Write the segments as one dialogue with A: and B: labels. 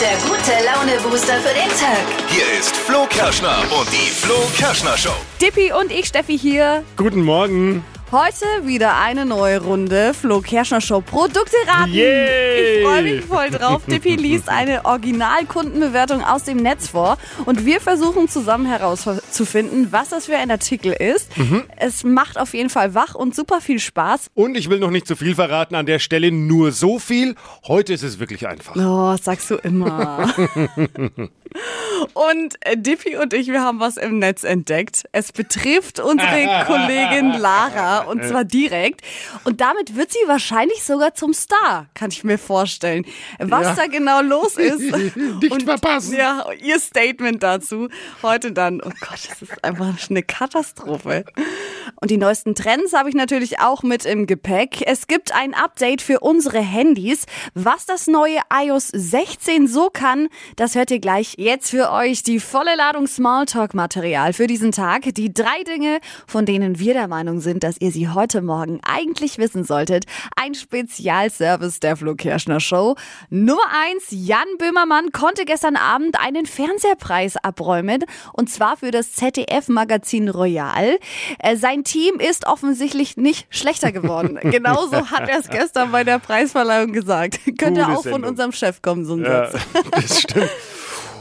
A: Der gute Laune-Booster für den Tag.
B: Hier ist Flo Kerschner und die Flo Kerschner Show.
C: Dippi und ich, Steffi hier.
D: Guten Morgen.
C: Heute wieder eine neue Runde Flo Kerschner Show Produkte raten.
D: Yay.
C: Ich freue mich voll drauf. Dippi liest eine Originalkundenbewertung aus dem Netz vor und wir versuchen zusammen herauszufinden, was das für ein Artikel ist. Es macht auf jeden Fall wach und super viel Spaß.
D: Und ich will noch nicht zu viel verraten an der Stelle, nur so viel. Heute ist es wirklich einfach.
C: Oh, das sagst du immer. und äh, Dippi und ich, wir haben was im Netz entdeckt. Es betrifft unsere Kollegin Lara und zwar direkt. Und damit wird sie wahrscheinlich sogar zum Star, kann ich mir vorstellen. Was
D: Ja.
C: da genau los ist.
D: Nicht
C: und,
D: verpassen.
C: Ja, ihr Statement dazu heute dann. Oh Gott, das ist einfach eine Katastrophe. Und die neuesten Trends habe ich natürlich auch mit im Gepäck. Es gibt ein Update für unsere Handys. Was das neue iOS 16 so kann, das hört ihr gleich. Jetzt für euch die volle Ladung Smalltalk-Material für diesen Tag. Die drei Dinge, von denen wir der Meinung sind, dass ihr sie heute Morgen eigentlich wissen solltet. Ein Spezialservice der Flo Kerschner Show. Nummer eins, Jan Böhmermann konnte gestern Abend einen Fernsehpreis abräumen und zwar für das ZDF-Magazin Royal. Äh, Sein Team ist offensichtlich nicht schlechter geworden. Genauso hat er es gestern bei der Preisverleihung gesagt. Könnte
D: Coole
C: auch von
D: Sendung.
C: unserem Chef kommen, so ein
D: Ja,
C: Satz.
D: Äh, das stimmt.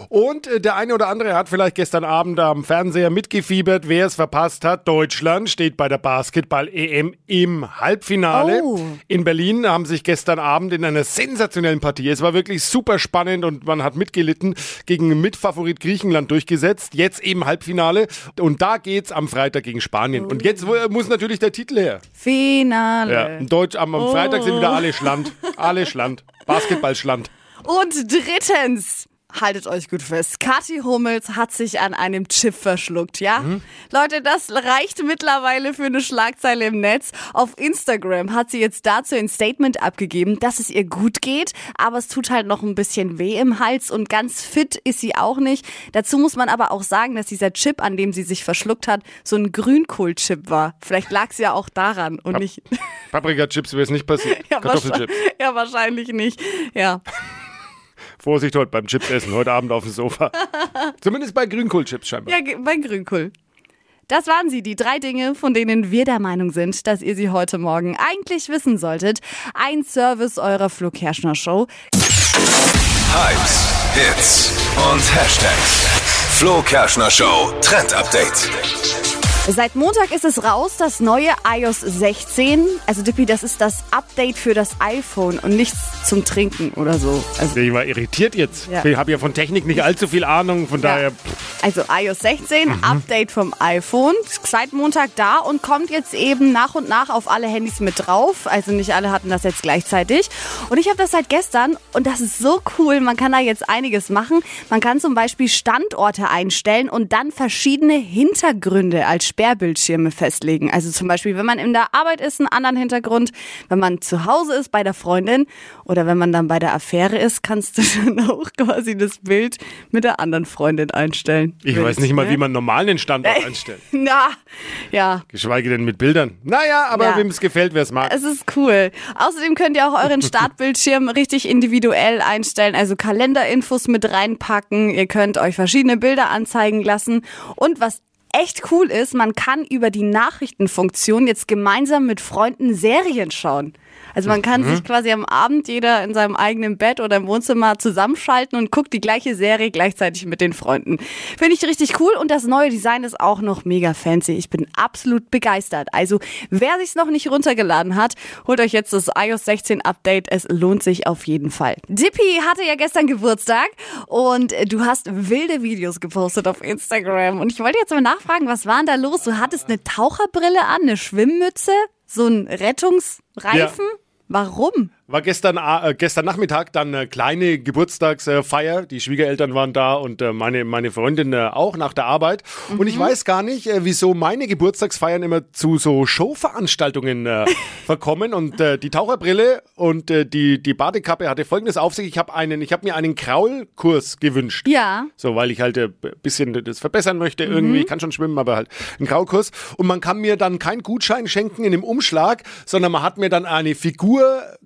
D: Und äh, der eine oder andere hat vielleicht gestern Abend am Fernseher mitgefiebert, wer es verpasst hat. Deutschland steht bei der Basketball-EM im Halbfinale.
C: Oh.
D: In Berlin haben sich gestern Abend in einer sensationellen Partie, es war wirklich super spannend und man hat mitgelitten, gegen Mitfavorit Griechenland durchgesetzt. Jetzt im Halbfinale und da geht's am Freitag gegen Spanien. Und jetzt wo- äh, muss natürlich der Titel her.
C: Finale.
D: Ja. Im Deutsch, am, am Freitag sind wieder alle Schland. Alle Schland. Basketball-Schland.
C: Und drittens. Haltet euch gut fest. Kathi Hummels hat sich an einem Chip verschluckt, ja? Leute, das reicht mittlerweile für eine Schlagzeile im Netz. Auf Instagram hat sie jetzt dazu ein Statement abgegeben, dass es ihr gut geht, aber es tut halt noch ein bisschen weh im Hals und ganz fit ist sie auch nicht. Dazu muss man aber auch sagen, dass dieser Chip, an dem sie sich verschluckt hat, so ein Grünkohlchip war. Vielleicht lag es ja auch daran und nicht.
D: Paprika-Chips wäre es nicht passiert.
C: Ja,
D: Kartoffelchips.
C: wahrscheinlich- ja, wahrscheinlich nicht. Ja.
D: Vorsicht heute beim Chips essen, heute Abend auf dem Sofa. Zumindest bei Grünkohlchips scheinbar.
C: Ja, ge- mein Grünkohl. Das waren sie, die drei Dinge, von denen wir der Meinung sind, dass ihr sie heute Morgen eigentlich wissen solltet. Ein Service eurer Flo Kerschner Show.
B: Hypes, Hits und Hashtags. Flo Kerschner Show Trend Update.
C: Seit Montag ist es raus, das neue iOS 16. Also Dippi, das ist das Update für das iPhone und nichts zum Trinken oder so. Also,
D: Ich war irritiert jetzt.
C: Ja.
D: Ich habe ja von Technik nicht allzu viel Ahnung, von daher. Mhm.
C: ja. also iOS 16, Update vom iPhone, seit Montag da und kommt jetzt eben nach und nach auf alle Handys mit drauf. Also nicht alle hatten das jetzt gleichzeitig. Und ich habe das seit gestern und das ist so cool. Man kann da jetzt einiges machen. Man kann zum Beispiel Standorte einstellen und dann verschiedene Hintergründe als Sperrbildschirme festlegen. Also zum Beispiel, wenn man in der Arbeit ist, einen anderen Hintergrund. Wenn man zu Hause ist, bei der Freundin oder wenn man dann bei der Affäre ist, kannst du dann auch quasi das Bild mit der anderen Freundin einstellen. ne?
D: Ich weiß nicht mal, wie man normal einen Standort einstellt.
C: Na, ja,
D: Geschweige denn mit Bildern. Naja, aber
C: Ja.
D: wem es gefällt, wer es mag.
C: es ist cool. Außerdem könnt ihr auch euren Startbildschirm richtig individuell einstellen, also Kalenderinfos mit reinpacken. Ihr könnt euch verschiedene Bilder anzeigen lassen. Und was echt cool ist, man kann über die Nachrichtenfunktion jetzt gemeinsam mit Freunden Serien schauen. Also man kann sich quasi am Abend jeder in seinem eigenen Bett oder im Wohnzimmer zusammenschalten und guckt die gleiche Serie gleichzeitig mit den Freunden. Finde ich richtig cool und das neue Design ist auch noch mega fancy. Ich bin absolut begeistert. Also wer sich's noch nicht runtergeladen hat, holt euch jetzt das iOS 16 Update. Es lohnt sich auf jeden Fall. Dippy hatte ja gestern Geburtstag und äh, du hast wilde Videos gepostet auf Instagram und ich wollte jetzt mal nachfragen, was war denn da los? Du hattest eine Taucherbrille an, eine Schwimmmütze, so ein Rettungsreifen. Warum?
D: War gestern, äh, gestern Nachmittag dann eine kleine Geburtstagsfeier. Die Schwiegereltern waren da und äh, meine, meine Freundin äh, auch nach der Arbeit. Und ich weiß gar nicht, äh, wieso meine Geburtstagsfeiern immer zu so Showveranstaltungen äh, verkommen. Und äh, die Taucherbrille und äh, die, die Badekappe hatte folgendes auf sich. Ich habe einen, ich habe mir einen Kraulkurs gewünscht.
C: Ja.
D: So, weil ich halt ein bisschen das verbessern möchte irgendwie. Ich kann schon schwimmen, aber halt einen Kraulkurs. Und man kann mir dann keinen Gutschein schenken in dem Umschlag, sondern man hat mir dann eine Figur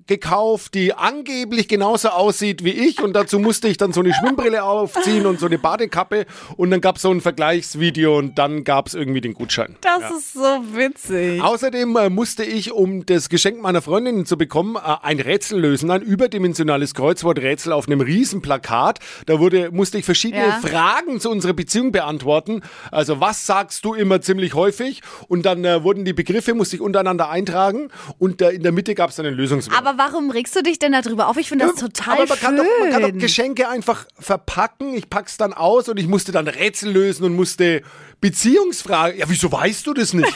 D: gekauft gekauft, die angeblich genauso aussieht wie ich und dazu musste ich dann so eine Schwimmbrille aufziehen und so eine Badekappe und dann gab es so ein Vergleichsvideo und dann gab es irgendwie den Gutschein.
C: Das ist so witzig.
D: Außerdem äh, musste ich, um das Geschenk meiner Freundin zu bekommen, äh, ein Rätsel lösen, ein überdimensionales Kreuzworträtsel auf einem Riesenplakat. Da wurde, musste ich verschiedene
C: Ja.
D: Fragen zu unserer Beziehung beantworten. Also was sagst du immer ziemlich häufig? Und dann äh, wurden die Begriffe, musste ich untereinander eintragen und äh, in der Mitte gab es dann einen Lösungsweg.
C: Aber warum regst du dich denn darüber auf? Ich finde das total
D: Ähm, Aber man
C: schön.
D: kann, doch, man kann doch Geschenke einfach verpacken. Ich pack's dann aus und ich musste dann Rätsel lösen und musste Beziehungsfragen. Ja, wieso weißt du das nicht?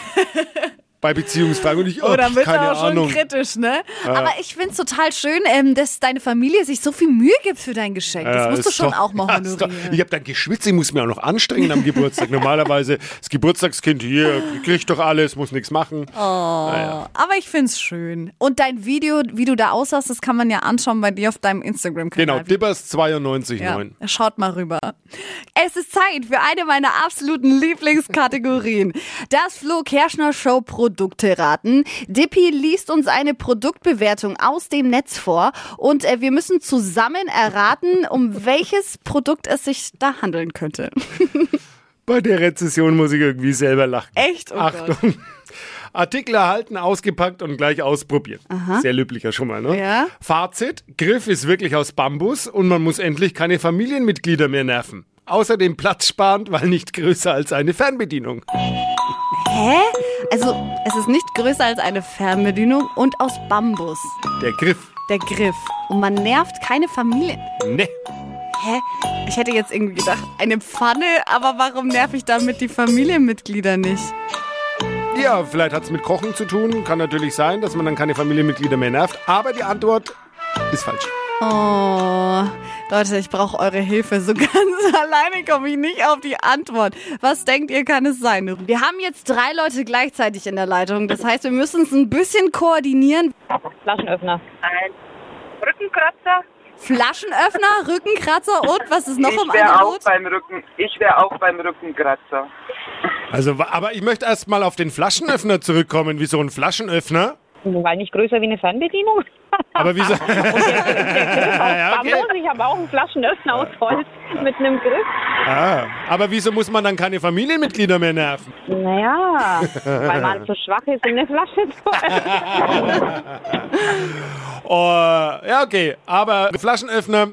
D: Bei Beziehungsfragen und ich, oh,
C: Oder
D: pf,
C: wird
D: keine
C: auch schon
D: Ahnung.
C: kritisch, ne? Aber ich finde es total schön, ähm, dass deine Familie sich so viel Mühe gibt für dein Geschenk. Das
D: Ja,
C: musst du
D: ist
C: schon
D: doch-
C: auch mal
D: Ja, ist doch-
C: honorieren.
D: Ich habe dann geschwitzt, ich muss mir auch noch anstrengen am Geburtstag. Normalerweise das Geburtstagskind hier kriegt doch alles, muss nichts machen.
C: Oh, aber ich finde es schön. Und dein Video, wie du da aussahst, das kann man ja anschauen bei dir auf deinem
D: Genau,
C: Instagram-Kanal.
D: Dippers 92,9.
C: Ja, schaut mal rüber. Es ist Zeit für eine meiner absoluten Lieblingskategorien. Das Flo Kerschner Show Produkte raten. Dippi liest uns eine Produktbewertung aus dem Netz vor und äh, wir müssen zusammen erraten, um welches Produkt es sich da handeln könnte.
D: Bei der Rezession muss ich irgendwie selber lachen.
C: Echt? Oh
D: Achtung. Artikel erhalten, ausgepackt und gleich ausprobiert. Sehr löblicher schon mal, ne?
C: Ja.
D: Fazit: Griff ist wirklich aus Bambus und man muss endlich keine Familienmitglieder mehr nerven. Außerdem platzsparend, weil nicht größer als eine Fernbedienung.
C: Hä? Also, es ist nicht größer als eine Fernbedienung und aus Bambus.
D: Der Griff.
C: Der Griff. Und man nervt keine Familie.
D: Ne.
C: Hä? Ich hätte jetzt irgendwie gedacht, eine Pfanne, aber warum nerv ich damit die Familienmitglieder nicht?
D: Ja, vielleicht hat es mit Kochen zu tun. Kann natürlich sein, dass man dann keine Familienmitglieder mehr nervt. Aber die Antwort ist falsch.
C: Oh, Leute, ich brauche eure Hilfe. So ganz alleine komme ich nicht auf die Antwort. Was denkt ihr, kann es sein? Wir haben jetzt drei Leute gleichzeitig in der Leitung. Das heißt, wir müssen es ein bisschen koordinieren.
E: Flaschenöffner.
F: Ein Rückenkratzer?
C: Flaschenöffner, Rückenkratzer und was ist noch im
G: ich wäre auch
C: Angebot?
G: beim Rücken, ich wäre auch beim Rückenkratzer.
D: Also, wa- aber ich möchte erst mal auf den Flaschenöffner zurückkommen. Wieso ein Flaschenöffner?
E: War nicht größer wie eine Fernbedienung?
D: Aber wieso? ja, okay.
E: Bambus, ich habe auch einen Flaschenöffner aus Holz mit einem Griff.
D: Ah, aber wieso muss man dann keine Familienmitglieder mehr nerven?
E: Naja, weil man zu schwach ist, um eine Flasche zu öffnen.
D: Oh, ja, okay. Aber Flaschenöffner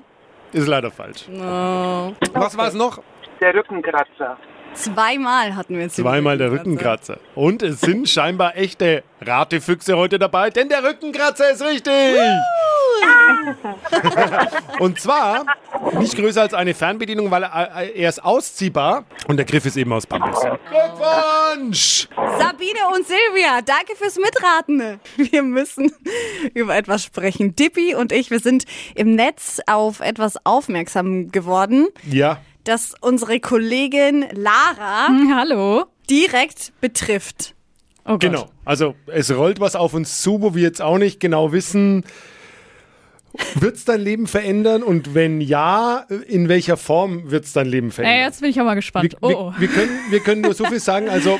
D: ist leider falsch. Was war es noch?
G: Der Rückenkratzer.
C: Zweimal hatten wir jetzt den
D: Zweimal der Rückenkratzer. Und es sind scheinbar echte Ratefüchse heute dabei, denn der Rückenkratzer ist richtig. und zwar nicht größer als eine Fernbedienung, weil er, er ist ausziehbar und der Griff ist eben aus Bambus. Glückwunsch!
C: Sabine und Silvia, danke fürs Mitraten. Wir müssen über etwas sprechen. Dippi und ich, wir sind im Netz auf etwas aufmerksam geworden,
D: Ja,
C: das unsere Kollegin Lara
H: Hallo.
C: direkt betrifft.
H: Oh Gott.
D: Genau. Also es rollt was auf uns zu, wo wir jetzt auch nicht genau wissen, wird es dein Leben verändern und wenn ja, in welcher Form wird es dein Leben
H: Äh,
D: verändern?
H: jetzt bin ich auch mal gespannt.
D: wir,
H: oh,
D: wir, wir, können, wir können nur so viel sagen, also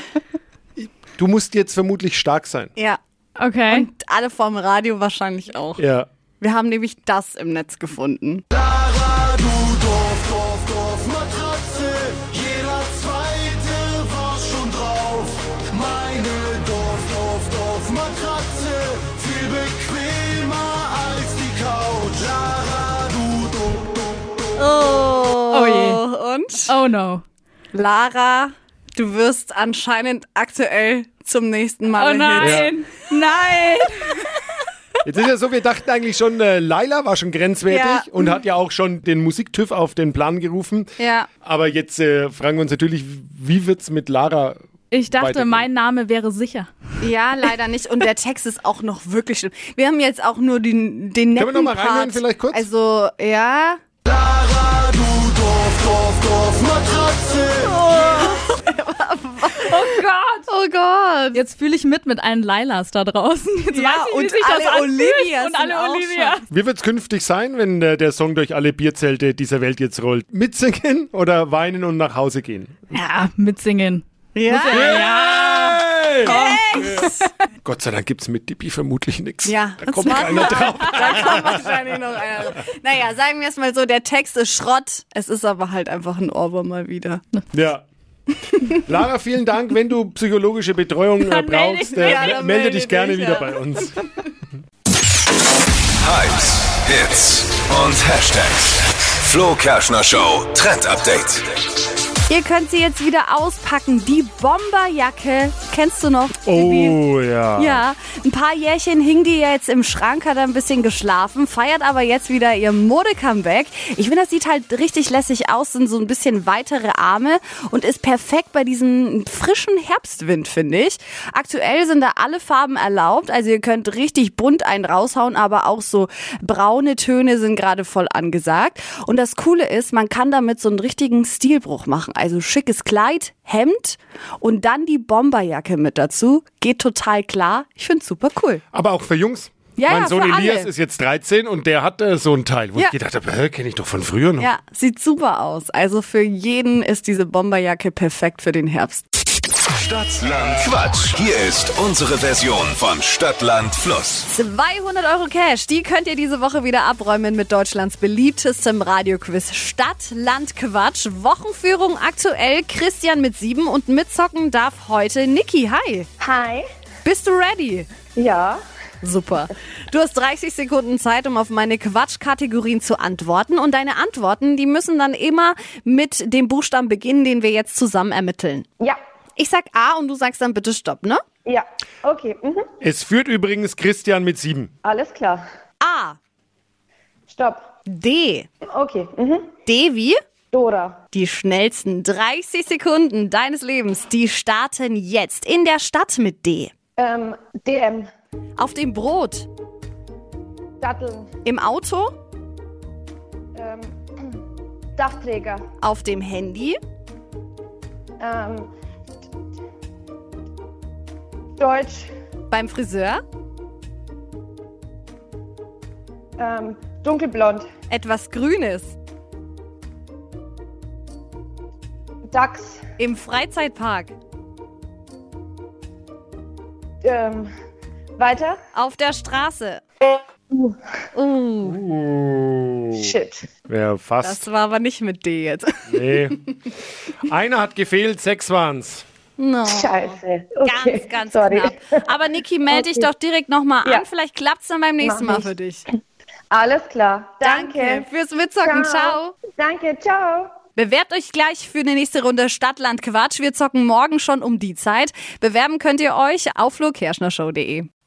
D: du musst jetzt vermutlich stark sein.
C: Ja,
H: oh. Okay.
C: und alle vom Radio wahrscheinlich auch.
D: Ja.
C: Wir haben nämlich das im Netz gefunden. Oh,
H: Oh je.
C: und?
H: Oh no.
C: Lara, du wirst anscheinend aktuell zum nächsten Mal
H: Oh nein.
C: Nein!
D: Jetzt ist ja so, wir dachten eigentlich schon, äh, Laila war schon grenzwertig
C: Ja.
D: und hat ja auch schon den Musiktüv auf den Plan gerufen.
C: Ja.
D: Aber jetzt äh, fragen wir uns natürlich, wie wird's mit Lara?
H: Ich dachte,
D: Weitergehen.
H: mein Name wäre sicher.
C: Ja, leider nicht. Und der Text ist auch noch wirklich schlimm. Wir haben jetzt auch nur den, den netten
D: Können wir noch mal
C: Part.
D: reinhören vielleicht kurz?
C: Also, ja. Oh Gott.
H: Jetzt fühle ich mit mit allen Lailas da draußen. Jetzt
C: Ja,
H: weiß ich,
C: und
H: wie sich
C: alle
H: das anfühlt.
C: Olivias
H: Und alle
C: sind auch
H: Olivia.
D: Wie wird's künftig sein, wenn der, der Song durch alle Bierzelte dieser Welt jetzt rollt? Mitsingen oder weinen und nach Hause gehen?
H: Ja, mitsingen.
C: Ja.
H: Ja.
D: Gott sei Dank gibt's mit Dippi vermutlich nichts.
C: Ja,
D: Da kommt keiner drauf.
C: Da kommt wahrscheinlich noch einer drauf. Naja, sagen wir es mal so, der Text ist Schrott. Es ist aber halt einfach ein Ohrwurm mal wieder.
D: Ja. Lara, vielen Dank. Wenn du psychologische Betreuung äh,
H: Dann melde
D: brauchst,
H: ich
D: äh,
H: mich.
C: Ja,
D: melde,
C: dann melde
D: dich gerne
C: dich,
D: wieder
C: ja.
D: bei uns.
B: Hypes, Hits und Hashtags. Flo Kerschner Show Trend Update.
C: Ihr könnt sie jetzt wieder auspacken. Die Bomberjacke, kennst du noch? Bibi?
D: Oh ja.
C: Ja, ein paar Jährchen hing die ja jetzt im Schrank, hat ein bisschen geschlafen, feiert aber jetzt wieder ihr Mode-Comeback. Ich finde, das sieht halt richtig lässig aus, sind so ein bisschen weitere Arme und ist perfekt bei diesem frischen Herbstwind, finde ich. Aktuell sind da alle Farben erlaubt, also ihr könnt richtig bunt einen raushauen, aber auch so braune Töne sind gerade voll angesagt. Und das Coole ist, man kann damit so einen richtigen Stilbruch machen. Also schickes Kleid, Hemd und dann die Bomberjacke mit dazu. Geht total klar. Ich find's super cool.
D: Aber auch für Jungs.
C: Ja,
D: mein
C: ja,
D: Sohn
C: für alle.
D: Elias ist jetzt 13 und der hat äh, so ein Teil, wo
C: Ja.
D: ich gedacht habe, kenne ich doch von früher noch.
C: Ja, sieht super aus. Also für jeden ist diese Bomberjacke perfekt für den Herbst.
B: Stadtland Quatsch. Hier ist unsere Version von Stadtland Fluss.
C: 200 Euro Cash, die könnt ihr diese Woche wieder abräumen mit Deutschlands beliebtestem Radioquiz Stadt, Land, Quatsch. Wochenführung aktuell Christian mit sieben und mitzocken darf heute Niki. Hi,
I: Hi.
C: bist du ready?
I: Ja.
C: Super. Du hast 30 Sekunden Zeit, um auf meine Quatschkategorien zu antworten. Und deine Antworten, die müssen dann immer mit dem Buchstaben beginnen, den wir jetzt zusammen ermitteln.
I: Ja.
C: Ich sag A und du sagst dann bitte Stopp, ne?
I: Ja. Okay. Mhm.
D: Es führt übrigens Christian mit sieben.
C: Ah.
I: Alles klar.
C: A,
I: Stopp.
C: D.
I: Okay. Mhm.
C: D wie?
I: Dora.
C: Die schnellsten 30 Sekunden deines Lebens, die starten jetzt in der Stadt mit D.
I: Ähm, DM.
C: Auf dem Brot,
I: Datteln.
C: im Auto,
I: Ähm, Dachträger.
C: auf dem Handy,
I: Ähm, Deutsch.
C: beim Friseur,
I: Ähm, dunkelblond.
C: etwas Grünes,
I: Dachs.
C: im Freizeitpark,
I: Ähm, weiter.
C: auf der Straße. Uh.
I: Shit.
D: Wäre fast.
C: Das war aber nicht mit D jetzt.
D: Nee. Einer hat gefehlt, sechs waren's.
I: Scheiße.
C: Oh. Ganz,
I: Okay.
C: ganz
I: Sorry.
C: knapp. Aber Niki, melde dich doch direkt nochmal an.
I: Ja.
C: Vielleicht klappt es dann beim nächsten
I: Mach
C: Mal
I: ich.
C: für dich.
I: Alles klar.
C: Danke fürs Mitzocken. Ciao.
I: Danke. Ciao.
C: Bewerbt euch gleich für eine nächste Runde Stadtland Quatsch. Wir zocken morgen schon um die Zeit. Bewerben könnt ihr euch auf flokerschnershow.de.